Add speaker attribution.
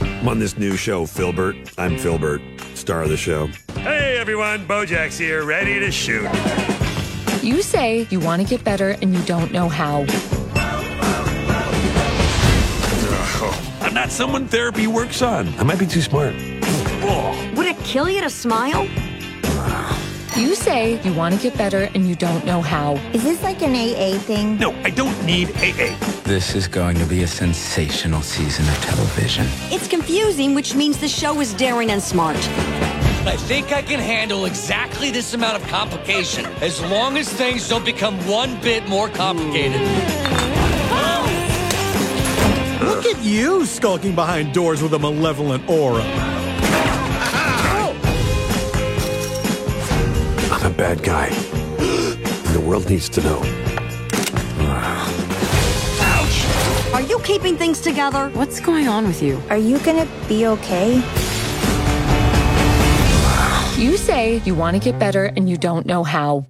Speaker 1: I'm on this new show, Filbert. I'm Filbert, star of the show. Hey everyone, Bojack's here, ready to shoot.
Speaker 2: You say you want to get better and you don't know how.
Speaker 1: I'm not someone therapy works on. I might be too smart. Oh,
Speaker 3: Would it kill you to smile?
Speaker 2: You say you want to get better and you don't know how.
Speaker 3: Is this like an AA thing?
Speaker 1: no, I don't need AA.
Speaker 4: This is going to be a sensational season of television.
Speaker 3: It's confusing, which means the show is daring and smart.
Speaker 5: I think I can handle exactly this amount of complication as long as things don't become one bit more complicated.
Speaker 6: Look at you skulking behind doors with a malevolent aura.
Speaker 1: I'm a bad guy. And the world needs to know.
Speaker 3: Are you keeping things together?
Speaker 7: What's going on with you?
Speaker 8: Are you gonna be okay?
Speaker 2: You say you want to get better and you don't know how.